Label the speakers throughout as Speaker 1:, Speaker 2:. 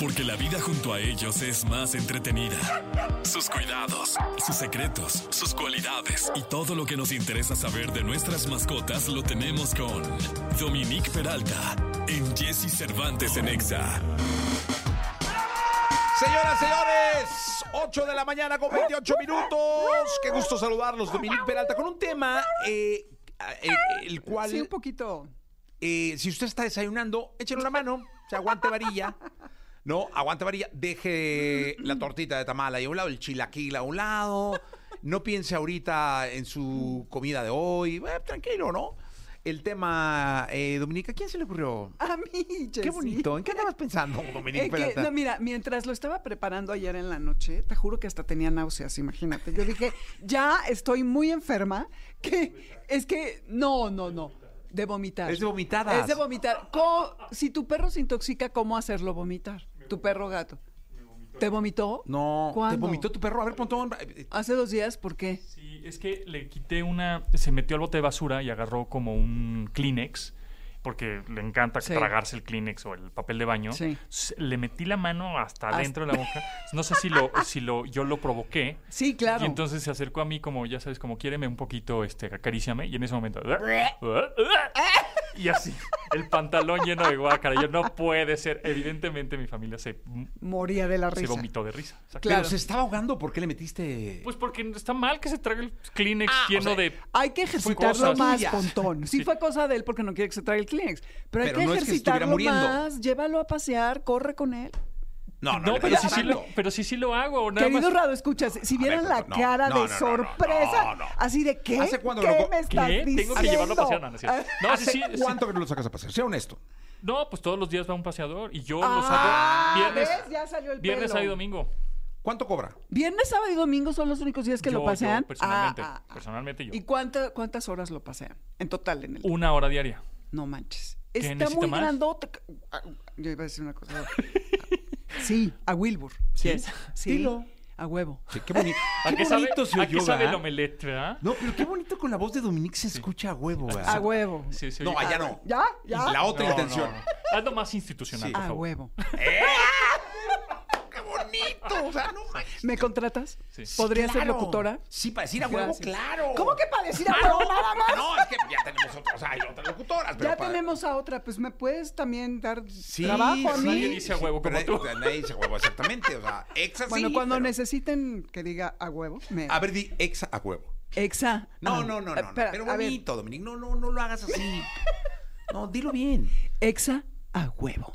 Speaker 1: Porque la vida junto a ellos es más entretenida. Sus cuidados, sus secretos, sus cualidades y todo lo que nos interesa saber de nuestras mascotas lo tenemos con Dominique Peralta en Jesse Cervantes en Exa.
Speaker 2: Señoras, señores, 8 de la mañana con 28 minutos. Qué gusto saludarlos, Dominique Peralta, con un tema eh, eh, el cual,
Speaker 3: Sí, un poquito.
Speaker 2: eh, si usted está desayunando, échale una mano, se aguante varilla. No, aguante varilla, deje la tortita de tamal ahí a un lado, el chilaquil a un lado. No piense ahorita en su comida de hoy. eh, tranquilo, ¿no? El tema, eh, Dominique, ¿a quién se le ocurrió?
Speaker 3: A mí,
Speaker 2: Qué
Speaker 3: Jessy.
Speaker 2: bonito. ¿En qué estabas pensando,
Speaker 3: Eh,
Speaker 2: Dominique
Speaker 3: Pues que-
Speaker 2: Peralta?
Speaker 3: no, mira, mientras lo estaba preparando ayer en la noche, te juro que hasta tenía náuseas, imagínate. Yo dije, ya estoy muy enferma, que es que, no, no, no, de vomitar.
Speaker 2: Es de vomitadas.
Speaker 3: Es de vomitar. Co- si tu perro se intoxica, ¿cómo hacerlo vomitar? Tu perro o gato. ¿Te vomitó?
Speaker 2: No,
Speaker 3: ¿Cuándo?
Speaker 2: ¿te vomitó tu perro? A ver, pontón. eh,
Speaker 3: Hace dos días, ¿por qué?
Speaker 4: Sí, es que le quité una. Se metió al bote de basura y agarró como un Kleenex, porque le encanta
Speaker 3: Sí.
Speaker 4: tragarse el Kleenex o el papel de baño.
Speaker 3: Sí.
Speaker 4: S- Le metí la mano hasta
Speaker 3: Hasta-
Speaker 4: adentro de la boca. No sé si lo, si lo, yo lo provoqué.
Speaker 3: Sí, claro.
Speaker 4: Y entonces se acercó a mí como, ya sabes, como quiéreme un poquito, este, acaríciame. Y en ese momento. y así, el pantalón lleno de guácara. Yo no puede ser. Evidentemente mi familia se,
Speaker 3: Moría de la
Speaker 4: se
Speaker 3: risa.
Speaker 4: vomitó de risa. Exacto.
Speaker 3: Claro.
Speaker 2: Pero se estaba ahogando, ¿por qué le metiste?
Speaker 4: Pues porque está mal que se trague el Kleenex
Speaker 2: Ah, o
Speaker 4: lleno
Speaker 2: sea,
Speaker 4: de
Speaker 3: Hay que ejercitarlo
Speaker 4: cosas
Speaker 3: más,
Speaker 2: tuyas.
Speaker 3: Pontón. Sí,
Speaker 4: Sí.
Speaker 3: fue cosa de él porque no quiere que se traiga el Kleenex. Pero hay
Speaker 2: Pero
Speaker 3: que
Speaker 2: no es que se estuviera
Speaker 3: ejercitarlo
Speaker 2: muriendo.
Speaker 3: más. Llévalo a pasear, corre con él.
Speaker 2: no,
Speaker 4: No,
Speaker 2: le
Speaker 4: pero sí,
Speaker 2: pegues
Speaker 4: sí lo,
Speaker 2: tanto.
Speaker 4: pero sí, sí lo hago. Nada
Speaker 3: Querido
Speaker 4: más.
Speaker 3: Rado, escuchas, si vieran
Speaker 2: ver,
Speaker 3: la
Speaker 2: no,
Speaker 3: cara
Speaker 2: no, no,
Speaker 3: de
Speaker 2: no, no,
Speaker 3: sorpresa,
Speaker 2: no, no.
Speaker 3: ¿así de qué?
Speaker 2: ¿Hace cuándo
Speaker 3: ¿Qué
Speaker 2: que no co-
Speaker 3: me
Speaker 4: ¿Qué?
Speaker 3: estás Ah,
Speaker 4: Tengo que llevarlo a pasear. No, no, es
Speaker 3: diciendo?
Speaker 4: cierto. No, sí, sí, sí.
Speaker 2: ¿Cuánto que no lo sacas a pasear? Sea honesto.
Speaker 4: No, pues todos los días va un paseador y yo lo
Speaker 3: Ah,
Speaker 4: saco viernes,
Speaker 3: ¿ves? Ya salió el
Speaker 4: viernes,
Speaker 3: pelo.
Speaker 4: sábado y domingo.
Speaker 2: ¿Cuánto cobra?
Speaker 3: Viernes, sábado y domingo son los únicos días que
Speaker 4: Yo-
Speaker 3: lo
Speaker 4: yo,
Speaker 3: pasean.
Speaker 4: personalmente,
Speaker 3: Ah, ah, ah.
Speaker 4: personalmente yo.
Speaker 3: ¿Y cuánta- cuántas horas lo pasean? En total, en el
Speaker 4: Una hora diaria.
Speaker 3: No manches.
Speaker 4: ¿Qué,
Speaker 3: Está
Speaker 4: necesita
Speaker 3: muy
Speaker 4: más?
Speaker 3: grandote. Ah, Yo iba a decir una cosa. Sí, a Wilbur. Sí. Sí.
Speaker 2: Dilo.
Speaker 3: A huevo.
Speaker 2: Sí, qué boni-
Speaker 4: ¿A
Speaker 2: qué
Speaker 4: qué sabe,
Speaker 2: bonito se
Speaker 4: a qué
Speaker 2: oyó,
Speaker 4: sabe el
Speaker 2: ¿verdad?
Speaker 4: omelette, verdad?
Speaker 2: No, pero qué bonito con la voz de Dominique se escucha a huevo, ¿verdad?
Speaker 3: A huevo.
Speaker 4: Ah, Sí, sí,
Speaker 2: No,
Speaker 4: oye.
Speaker 2: allá no.
Speaker 3: ¿Ya? ¿Ya?
Speaker 2: La otra
Speaker 4: No,
Speaker 2: intención.
Speaker 4: no, no. Hazlo más institucional,
Speaker 2: Sí.
Speaker 4: por
Speaker 3: A
Speaker 4: favor.
Speaker 3: huevo.
Speaker 2: ¡Qué bonito! O sea, no manches.
Speaker 3: ¿Me contratas?
Speaker 4: Sí.
Speaker 3: ¿Podría ser
Speaker 2: Claro.
Speaker 3: locutora?
Speaker 2: Sí, para decir a huevo,
Speaker 3: Gracias.
Speaker 2: claro.
Speaker 3: ¿Cómo que para decir a
Speaker 2: Ah,
Speaker 3: huevo nada más?
Speaker 2: No, es que ya tenemos otras, o sea, hay otras locutoras. pero
Speaker 3: Ya
Speaker 2: para-
Speaker 3: tenemos a otra, pues me puedes también dar
Speaker 2: Sí,
Speaker 3: trabajo a
Speaker 2: sí,
Speaker 4: pues, Nadie
Speaker 3: mí.
Speaker 4: dice a huevo
Speaker 2: pero-
Speaker 4: como tú.
Speaker 2: Nadie dice a huevo, exactamente. O sea, exa sí,
Speaker 3: Bueno, cuando
Speaker 2: pero-
Speaker 3: necesiten que diga a huevo, me.
Speaker 2: A ver, di exa a huevo.
Speaker 3: Exa.
Speaker 2: No,
Speaker 3: Ah,
Speaker 2: no, no, no,
Speaker 3: eh,
Speaker 2: no.
Speaker 3: espera,
Speaker 2: pero
Speaker 3: a ver,
Speaker 2: bonito, Dominique. No, no, no lo hagas así. No, dilo bien.
Speaker 3: Exa a huevo.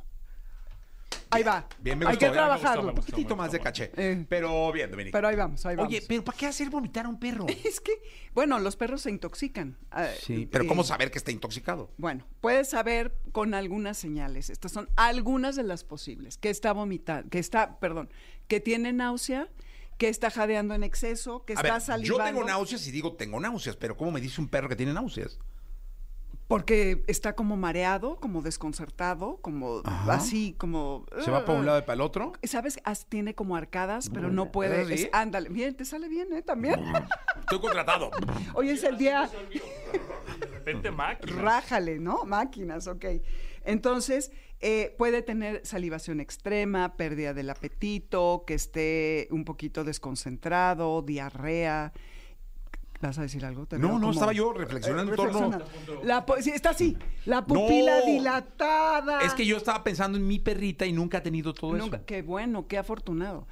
Speaker 3: Ahí va.
Speaker 2: Bien, me
Speaker 3: Hay
Speaker 2: gustó,
Speaker 3: que
Speaker 2: bien, me gustó,
Speaker 3: trabajarlo.
Speaker 4: me
Speaker 2: Un poquitito más de caché.
Speaker 3: Eh.
Speaker 2: Pero bien, Dominique.
Speaker 3: Pero ahí vamos, ahí vamos.
Speaker 2: Oye, pero ¿para qué hacer vomitar a un perro?
Speaker 3: Es que, bueno, los perros se intoxican. Ah,
Speaker 2: Pero
Speaker 3: eh,
Speaker 2: ¿cómo saber que está intoxicado?
Speaker 3: Bueno, puedes saber con algunas señales. Estas son algunas de las posibles. Que está vomitando, que está, perdón, que tiene náusea, que está jadeando en exceso, que
Speaker 2: a
Speaker 3: está
Speaker 2: ver,
Speaker 3: salivando.
Speaker 2: yo tengo náuseas y digo tengo náuseas, pero ¿cómo me dice un perro que tiene náuseas?
Speaker 3: Porque está como mareado, como desconcertado, como
Speaker 2: Ajá.
Speaker 3: así, como...
Speaker 2: ¿Se va para un lado y para el otro?
Speaker 3: ¿Sabes? As- tiene como arcadas, pero no puede...
Speaker 2: ¿Es así?
Speaker 3: es- ándale, bien, te sale bien, ¿eh? También.
Speaker 2: Estoy contratado.
Speaker 3: Hoy es el día...
Speaker 4: Repente máquina.
Speaker 3: Rájale, ¿no? Máquinas, ok. Entonces, eh, puede tener salivación extrema, pérdida del apetito, que esté un poquito desconcentrado, diarrea. ¿Vas a decir algo? Te
Speaker 2: No,
Speaker 3: veo
Speaker 2: no,
Speaker 3: como- eh,
Speaker 2: estaba yo reflexionando en torno-
Speaker 3: reflexiona. La po- sí, está así, la pupila
Speaker 2: No.
Speaker 3: dilatada.
Speaker 2: Es que yo estaba pensando en mi perrita y nunca ha tenido todo
Speaker 3: Nunca-
Speaker 2: eso.
Speaker 3: qué bueno, qué afortunado.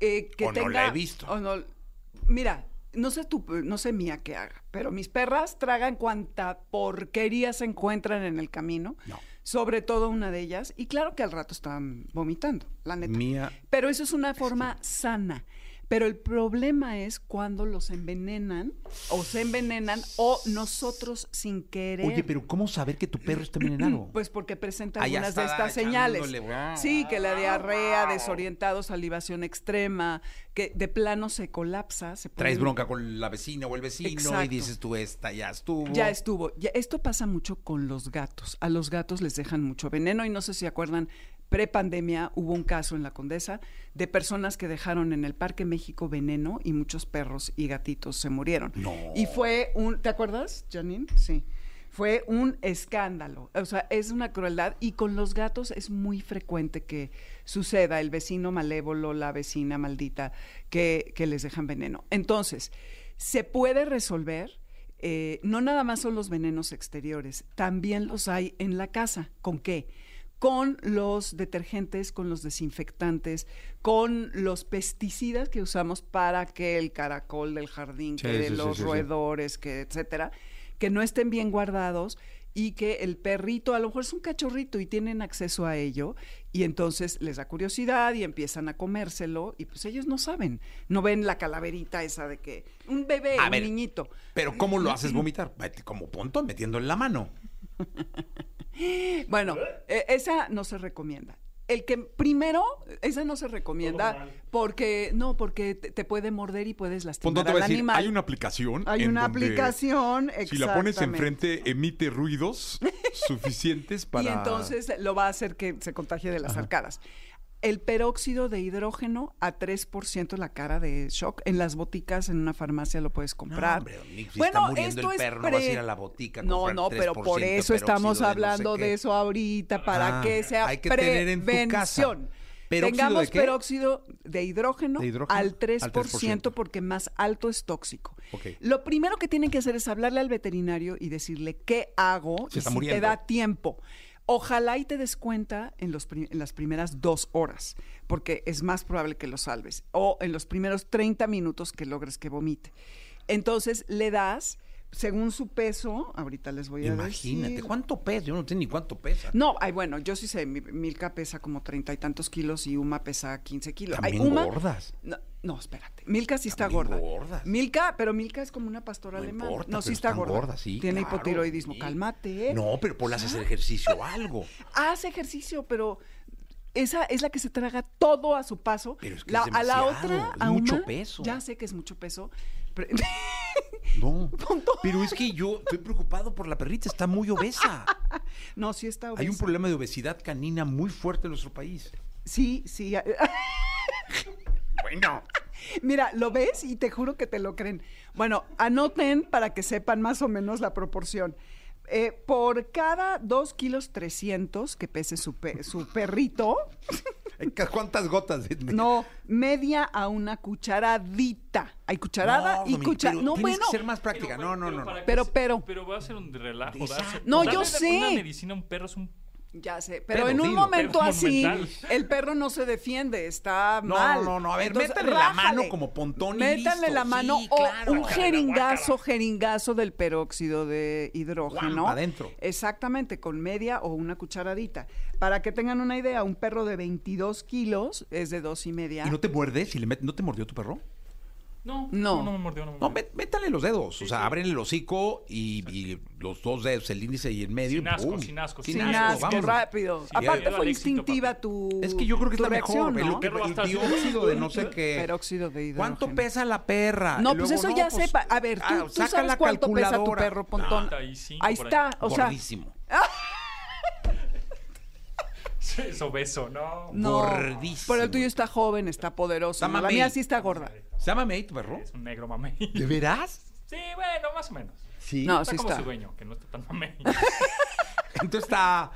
Speaker 3: Eh, que
Speaker 2: O no
Speaker 3: tenga-
Speaker 2: la he visto.
Speaker 3: o no- mira, no sé tú, no sé mía qué haga, pero mis perras tragan cuanta porquería se encuentran en el camino.
Speaker 2: No.
Speaker 3: Sobre todo una de ellas. Y claro que al rato están vomitando, la neta.
Speaker 2: Mía.
Speaker 3: Pero eso es
Speaker 2: Este.
Speaker 3: una forma sana. Pero el problema es cuando los envenenan o se envenenan o nosotros sin querer.
Speaker 2: Oye, pero ¿cómo saber que tu perro está envenenado?
Speaker 3: Pues porque presenta
Speaker 2: Ahí ya
Speaker 3: algunas de
Speaker 2: está
Speaker 3: estas señales.
Speaker 2: echándole, Ah, guau.
Speaker 3: Sí, que la diarrea, desorientado, salivación extrema, que de plano se colapsa. Se pone-
Speaker 2: Traes bronca con la vecina o el vecino y
Speaker 3: mm. Exacto.
Speaker 2: dices tú, esta ya estuvo.
Speaker 3: Ya estuvo. Ya- esto pasa mucho con los gatos. A los gatos les dejan mucho veneno y no sé si acuerdan, prepandemia hubo un caso en la Condesa de personas que dejaron en el Parque México veneno y muchos perros y gatitos se murieron.
Speaker 2: No.
Speaker 3: Y fue un, ¿te acuerdas, Janine? Sí. Fue un escándalo. O sea, es una crueldad y con los gatos es muy frecuente que suceda el vecino malévolo, la vecina maldita, que, que les dejan veneno. Entonces, se puede resolver. eh, no nada más son los venenos exteriores, también los hay en la casa. ¿Con qué? Con los detergentes, con los desinfectantes, con los pesticidas que usamos para que el caracol del jardín,
Speaker 2: Sí,
Speaker 3: que de
Speaker 2: sí, sí,
Speaker 3: los
Speaker 2: sí, sí.
Speaker 3: roedores roedores, que etcétera, que no estén bien guardados y que el perrito, a lo mejor es un cachorrito y tienen acceso a ello, y entonces les da curiosidad y empiezan a comérselo, y pues ellos no saben, no ven la calaverita esa de que un bebé,
Speaker 2: A
Speaker 3: un
Speaker 2: ver.
Speaker 3: niñito.
Speaker 2: Pero ¿cómo lo haces vomitar? Vete Como punto, metiéndole la mano.
Speaker 3: Bueno, eh, esa no se recomienda. El que primero, esa no se recomienda porque no, porque te, te puede morder y puedes lastimar
Speaker 5: Punto te
Speaker 3: al
Speaker 5: va a decir,
Speaker 3: animal.
Speaker 5: hay una aplicación.
Speaker 3: Hay
Speaker 5: en
Speaker 3: una
Speaker 5: donde
Speaker 3: aplicación,
Speaker 5: Si la pones
Speaker 3: exactamente.
Speaker 5: enfrente, emite ruidos suficientes para.
Speaker 3: Y entonces lo va a hacer que se contagie de las arcadas. El peróxido de hidrógeno a 3% la cara de shock. En las boticas, en una farmacia lo puedes comprar.
Speaker 2: hombre, Nick, si está muriendo el perro, no vas a ir a la botica a
Speaker 3: No,
Speaker 2: comprar
Speaker 3: no, pero
Speaker 2: 3%
Speaker 3: por eso
Speaker 2: peróxido
Speaker 3: estamos
Speaker 2: de no sé
Speaker 3: hablando
Speaker 2: qué.
Speaker 3: de eso ahorita, para
Speaker 2: Ah,
Speaker 3: que sea
Speaker 2: hay que tener en
Speaker 3: prevención.
Speaker 2: tu casa. ¿Peróxido
Speaker 3: Tengamos
Speaker 2: de qué?
Speaker 3: peróxido de hidrógeno,
Speaker 5: De hidrógeno
Speaker 3: al 3%,
Speaker 5: al 3%.
Speaker 3: porque más alto es tóxico.
Speaker 5: Ok.
Speaker 3: Lo primero que tienen que hacer es hablarle al veterinario y decirle qué hago
Speaker 5: Se
Speaker 3: y
Speaker 5: está
Speaker 3: si
Speaker 5: muriendo.
Speaker 3: te da tiempo. Ojalá y te des cuenta en, los pri- en las primeras dos horas, porque es más probable que lo salves, o en los primeros 30 minutos que logres que vomite. Entonces le das, según su peso, ahorita les voy a
Speaker 2: Imagínate,
Speaker 3: decir.
Speaker 2: ¿cuánto pesa? Yo no sé ni cuánto pesa.
Speaker 3: No, ay, bueno, yo sí sé, mi- Milka pesa como treinta y tantos kilos y Uma pesa 15 kilos. Ay,
Speaker 2: También
Speaker 3: Uma-
Speaker 2: gordas.
Speaker 3: No, no, espérate. Milka sí está
Speaker 2: También
Speaker 3: gorda.
Speaker 2: gordas.
Speaker 3: Milka, pero Milka es como una pastora
Speaker 2: No
Speaker 3: alemana.
Speaker 2: importa,
Speaker 3: no, sí
Speaker 2: pero
Speaker 3: está
Speaker 2: están
Speaker 3: gorda.
Speaker 2: gordas, sí,
Speaker 3: Tiene
Speaker 2: claro,
Speaker 3: hipotiroidismo.
Speaker 2: sí.
Speaker 3: Cálmate. ¿eh? Ah.
Speaker 2: No, pero por las hacer ejercicio o algo.
Speaker 3: hace ejercicio, pero esa es la que se traga todo a su paso.
Speaker 2: Pero es que
Speaker 3: La-
Speaker 2: es
Speaker 3: a la
Speaker 2: demasiado,
Speaker 3: otra,
Speaker 2: es
Speaker 3: a
Speaker 2: mucho
Speaker 3: una,
Speaker 2: peso.
Speaker 3: Ya sé que es mucho peso. pero-
Speaker 2: No. Pero es que yo estoy preocupado por la perrita, está muy obesa.
Speaker 3: no, sí está
Speaker 2: Hay un
Speaker 3: obesa.
Speaker 2: problema de obesidad canina muy fuerte en nuestro país.
Speaker 3: Sí, sí. a-
Speaker 2: Bueno.
Speaker 3: Mira, lo ves y te juro que te lo creen. Bueno, anoten para que sepan más o menos la proporción. Eh, por cada 2 kilos 300 que pese su, pe- su perrito,
Speaker 2: ¿Cuántas gotas? de-
Speaker 3: no, media a una cucharadita. Hay cucharada
Speaker 2: No,
Speaker 3: y
Speaker 2: Dominique,
Speaker 3: cucharada.
Speaker 2: pero
Speaker 3: No,
Speaker 2: tienes
Speaker 3: bueno.
Speaker 2: que ser más práctica. no, no, no. no.
Speaker 4: para qué
Speaker 3: Pero,
Speaker 4: se-
Speaker 3: pero-
Speaker 4: Pero va a ser un relajo. va a ser-
Speaker 2: Exacto.
Speaker 3: No,
Speaker 4: Dale
Speaker 3: yo
Speaker 4: una-
Speaker 3: sé.
Speaker 4: Una medicina a un perro es un.
Speaker 3: Ya sé, pero
Speaker 2: Pero
Speaker 3: en un
Speaker 2: dilo,
Speaker 3: momento
Speaker 4: pero
Speaker 3: así,
Speaker 4: monumental.
Speaker 3: el perro no se defiende, está
Speaker 2: No,
Speaker 3: mal.
Speaker 2: no, no, no, a ver, métanle la mano como pontón y
Speaker 3: Métanle
Speaker 2: listo.
Speaker 3: la mano
Speaker 2: Sí,
Speaker 3: o
Speaker 2: claro.
Speaker 3: un
Speaker 2: Guácala,
Speaker 3: jeringazo, jeringazo del peróxido de hidrógeno.
Speaker 2: Guau, adentro.
Speaker 3: Exactamente, con media o una cucharadita. Para que tengan una idea, un perro de 22 kilos es de dos y media.
Speaker 2: ¿Y no te muerdes? ¿Y le met- ¿No te mordió tu perro?
Speaker 4: No,
Speaker 3: No.
Speaker 4: no, me mordió, no me mordió.
Speaker 2: No, mé- métale los dedos. O sea, abren el hocico y, y los dos dedos, el índice y el medio.
Speaker 4: Sin
Speaker 2: y
Speaker 4: asco,
Speaker 2: ¡pum!
Speaker 4: sin asco,
Speaker 3: Sin
Speaker 4: sin
Speaker 3: asco,
Speaker 2: vámonos.
Speaker 3: rápido.
Speaker 4: Sí,
Speaker 3: Aparte
Speaker 4: debido
Speaker 3: fue
Speaker 4: al éxito,
Speaker 3: instintiva
Speaker 4: papi.
Speaker 3: tu
Speaker 2: Es que yo creo que es
Speaker 3: tu
Speaker 2: la mejor.
Speaker 3: reacción,
Speaker 2: el-
Speaker 3: ¿no?
Speaker 4: Perro va a
Speaker 2: El,
Speaker 4: estar así.
Speaker 2: dióxido de no sé qué.
Speaker 3: Peróxido de hidrógeno.
Speaker 2: ¿Cuánto pesa la perra?
Speaker 3: No,
Speaker 2: Y
Speaker 3: pues
Speaker 2: luego,
Speaker 3: eso ya
Speaker 2: pues,
Speaker 3: sepa. A ver, tú,
Speaker 2: ah,
Speaker 3: tú
Speaker 2: saca
Speaker 3: sabes
Speaker 2: la
Speaker 3: cuánto pesa tu
Speaker 2: calculadora.
Speaker 3: perro, Pontón.
Speaker 4: 35
Speaker 3: Ahí
Speaker 4: por ahí.
Speaker 3: está, o sea,
Speaker 2: Gordísimo.
Speaker 4: Es obeso, no.
Speaker 3: no.
Speaker 2: gordísimo.
Speaker 3: Pero el tuyo está joven, está poderoso.
Speaker 2: Está
Speaker 3: ¿no? La
Speaker 2: mamey.
Speaker 3: mía sí está gorda.
Speaker 2: Sámame ahí tu perro.
Speaker 4: Es un negro mamey.
Speaker 2: ¿De veras?
Speaker 4: Sí, bueno, más o menos.
Speaker 2: Sí.
Speaker 3: No,
Speaker 4: está
Speaker 3: sí
Speaker 4: como
Speaker 3: está.
Speaker 4: su dueño, que no está tan mamey.
Speaker 2: Entonces está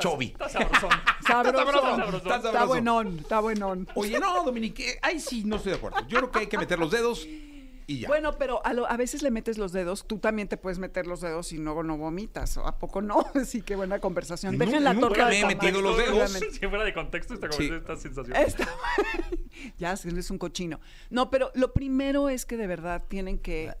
Speaker 2: Chobi.
Speaker 4: Está sabrosón.
Speaker 3: Sabroso.
Speaker 2: Está sabroso,
Speaker 4: sabroso.
Speaker 2: está
Speaker 3: Está
Speaker 2: sabroso.
Speaker 3: buenón, está buenón.
Speaker 2: Oye, no, Dominique, ahí sí no estoy de acuerdo. Yo creo que hay que meter los dedos y ya.
Speaker 3: Bueno, pero a, lo- a veces le metes los dedos, tú también te puedes meter los dedos y luego no vomitas, ¿o ¿a poco no? Así que buena conversación.
Speaker 2: Nunca-
Speaker 3: Dejen la
Speaker 2: nunca
Speaker 3: torta
Speaker 2: me
Speaker 3: de
Speaker 2: he
Speaker 3: tamal,
Speaker 2: metido los dedos.
Speaker 3: seguramente.
Speaker 4: Si fuera de contexto, esta
Speaker 2: Sí.
Speaker 4: conversación está sensacional.
Speaker 3: Está- ya, si eres un cochino. No, pero lo primero es que de verdad tienen que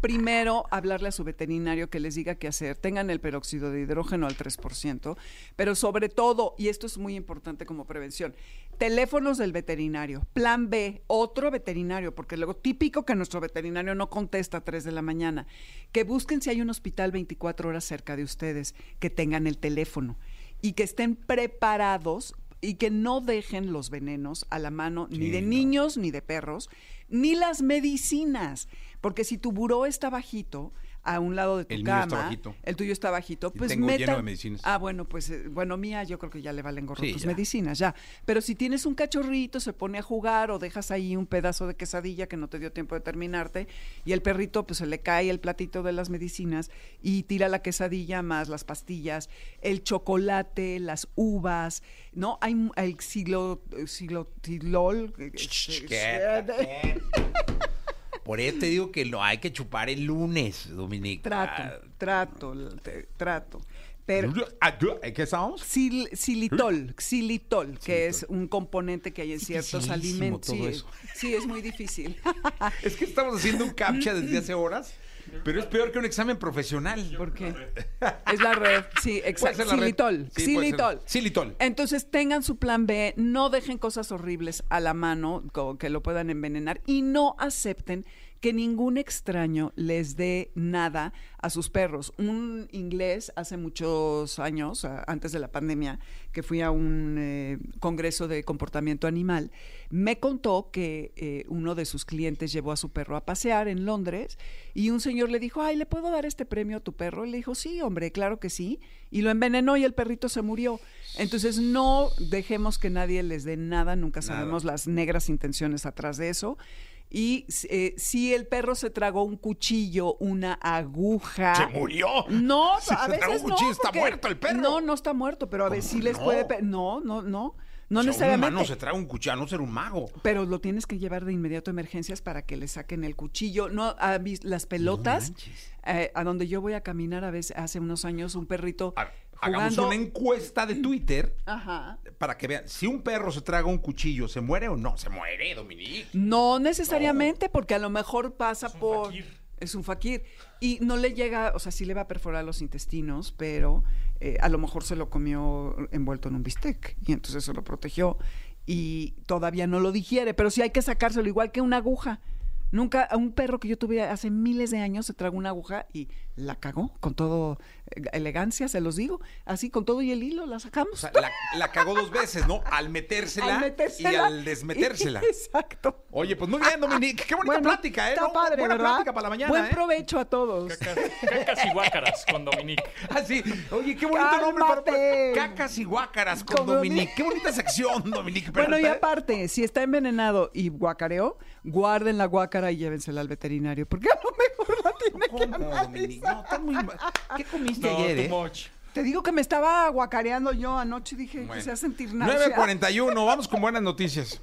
Speaker 3: primero hablarle a su veterinario que les diga qué hacer. Tengan el peróxido de hidrógeno al 3%, pero sobre todo, y esto es muy importante como prevención, teléfonos del veterinario, plan B, otro veterinario, porque luego típico que nuestro veterinario no contesta a 3 de la mañana, que busquen si hay un hospital 24 horas cerca de ustedes, que tengan el teléfono y que estén preparados y que no dejen los venenos a la mano ni de niños ni de perros, ni las medicinas, porque si tu buró está bajito, a un lado de tu
Speaker 2: El mío
Speaker 3: cama.
Speaker 2: está bajito.
Speaker 3: El tuyo está bajito.
Speaker 2: Y
Speaker 3: Pues
Speaker 2: tengo
Speaker 3: meta-
Speaker 2: lleno de medicinas.
Speaker 3: Ah, bueno, pues eh, bueno, mía, yo creo que ya le valen gorro
Speaker 2: Sí,
Speaker 3: tus
Speaker 2: ya.
Speaker 3: medicinas, ya. Pero si tienes un cachorrito, se pone a jugar o dejas ahí un pedazo de quesadilla que no te dio tiempo de terminarte y el perrito pues se le cae el platito de las medicinas y tira la quesadilla más las pastillas, el chocolate, las uvas, ¿no? Hay mu- el silo, silo, silol. eh,
Speaker 2: Ch,
Speaker 3: eh,
Speaker 2: qué- Por eso te digo que lo hay que chupar el lunes, Dominique.
Speaker 3: Trato, trato, l- te- trato. Pero
Speaker 2: Ah, ¿en ¿Qué estábamos?
Speaker 3: Sil- silitol, xilitol, que es un componente que hay en ciertos
Speaker 5: dificilísimo
Speaker 3: alimentos. Sí,
Speaker 5: todo
Speaker 3: es-
Speaker 5: eso.
Speaker 3: sí, es muy difícil.
Speaker 2: Es que estamos haciendo un captcha desde hace horas, pero es peor que un examen profesional.
Speaker 3: ¿Por qué? Es la red, sí, exacto.
Speaker 2: ser la red.
Speaker 3: Xilitol,
Speaker 2: Sí, puede ser.
Speaker 3: xilitol. Eh,
Speaker 2: Xilitol.
Speaker 3: Entonces tengan su plan B, no dejen cosas horribles a la mano co- que lo puedan envenenar y no acepten que ningún extraño les dé nada a sus perros. Un inglés hace muchos años, a- antes de la pandemia, que fui a un eh, congreso de comportamiento animal, me contó que eh, uno de sus clientes llevó a su perro a pasear en Londres y un señor le dijo, ay, ¿le puedo dar este premio a tu perro? Y le dijo, sí, hombre, claro que sí. Y lo envenenó y el perrito se murió. Entonces no dejemos que nadie les dé nada, nunca
Speaker 2: Nada.
Speaker 3: sabemos las negras intenciones atrás de eso. Y eh, si el perro se tragó un cuchillo, una aguja...
Speaker 2: Se murió.
Speaker 3: No,
Speaker 2: Si
Speaker 3: a
Speaker 2: se tragó
Speaker 3: veces
Speaker 2: un
Speaker 3: no.
Speaker 2: cuchillo, está
Speaker 3: porque-
Speaker 2: muerto el perro.
Speaker 3: No, no está muerto, pero a veces sí
Speaker 2: ¿Cómo
Speaker 3: les
Speaker 2: no?
Speaker 3: puede... pe- No, no, no. No
Speaker 2: O sea,
Speaker 3: necesariamente.
Speaker 2: Un humano se trae un cuchillo, a no ser un mago.
Speaker 3: Pero lo tienes que llevar de inmediato a emergencias para que le saquen el cuchillo. No, a mis- las pelotas,
Speaker 2: manches.
Speaker 3: eh, a donde yo voy a caminar a veces, hace unos años, un perrito
Speaker 2: A- Hagamos
Speaker 3: jugando.
Speaker 2: una encuesta de Twitter
Speaker 3: Ajá.
Speaker 2: para que vean si un perro se traga un cuchillo, ¿se muere o no? Se muere, Dominique.
Speaker 3: No necesariamente, porque a lo mejor pasa por.
Speaker 4: faquir.
Speaker 3: Es un fakir. Y no le llega, o sea, sí le va a perforar los intestinos, pero eh, a lo mejor se lo comió envuelto en un bistec y entonces se lo protegió y todavía no lo digiere, pero sí hay que sacárselo igual que una aguja. Nunca, a un perro que yo tuve hace miles de años se tragó una aguja y la cagó con todo eh, elegancia, se los digo, así con todo y el hilo la sacamos.
Speaker 2: O sea, la, la cagó dos veces, ¿no? Al metérsela,
Speaker 3: Al metérsela
Speaker 2: y al desmetérsela.
Speaker 3: Exacto.
Speaker 2: Oye, pues muy bien, Dominique. Qué bonita
Speaker 3: Bueno,
Speaker 2: plática, ¿eh?
Speaker 3: Está
Speaker 2: ¿No?
Speaker 3: padre,
Speaker 2: Buena
Speaker 3: ¿verdad?
Speaker 2: plática para la mañana,
Speaker 3: Buen
Speaker 2: ¿eh?
Speaker 3: provecho a todos.
Speaker 4: Cacas y guácaras con Dominique.
Speaker 2: Así. Ah, Oye, qué bonito nombre
Speaker 3: ¡Cálmate!
Speaker 2: para Cacas y guácaras con,
Speaker 3: Con Dominique.
Speaker 2: Dominique. Qué bonita sección, Dominique.
Speaker 3: Bueno, y
Speaker 2: Peralta, ¿eh?
Speaker 3: aparte, si está envenenado y guacareó, guarden la guácara y llévensela al veterinario, porque a lo mejor la tiene que
Speaker 2: ¿eh? ¿Cómo, Dominique? No,
Speaker 3: analizar.
Speaker 2: estás muy mal. ¿Qué comiste
Speaker 4: No,
Speaker 2: ayer, eh?
Speaker 4: too much.
Speaker 3: Te digo que me estaba guacareando yo anoche y dije que
Speaker 2: Bueno.
Speaker 3: se va a sentir náusea.
Speaker 2: 9.41, vamos con buenas noticias.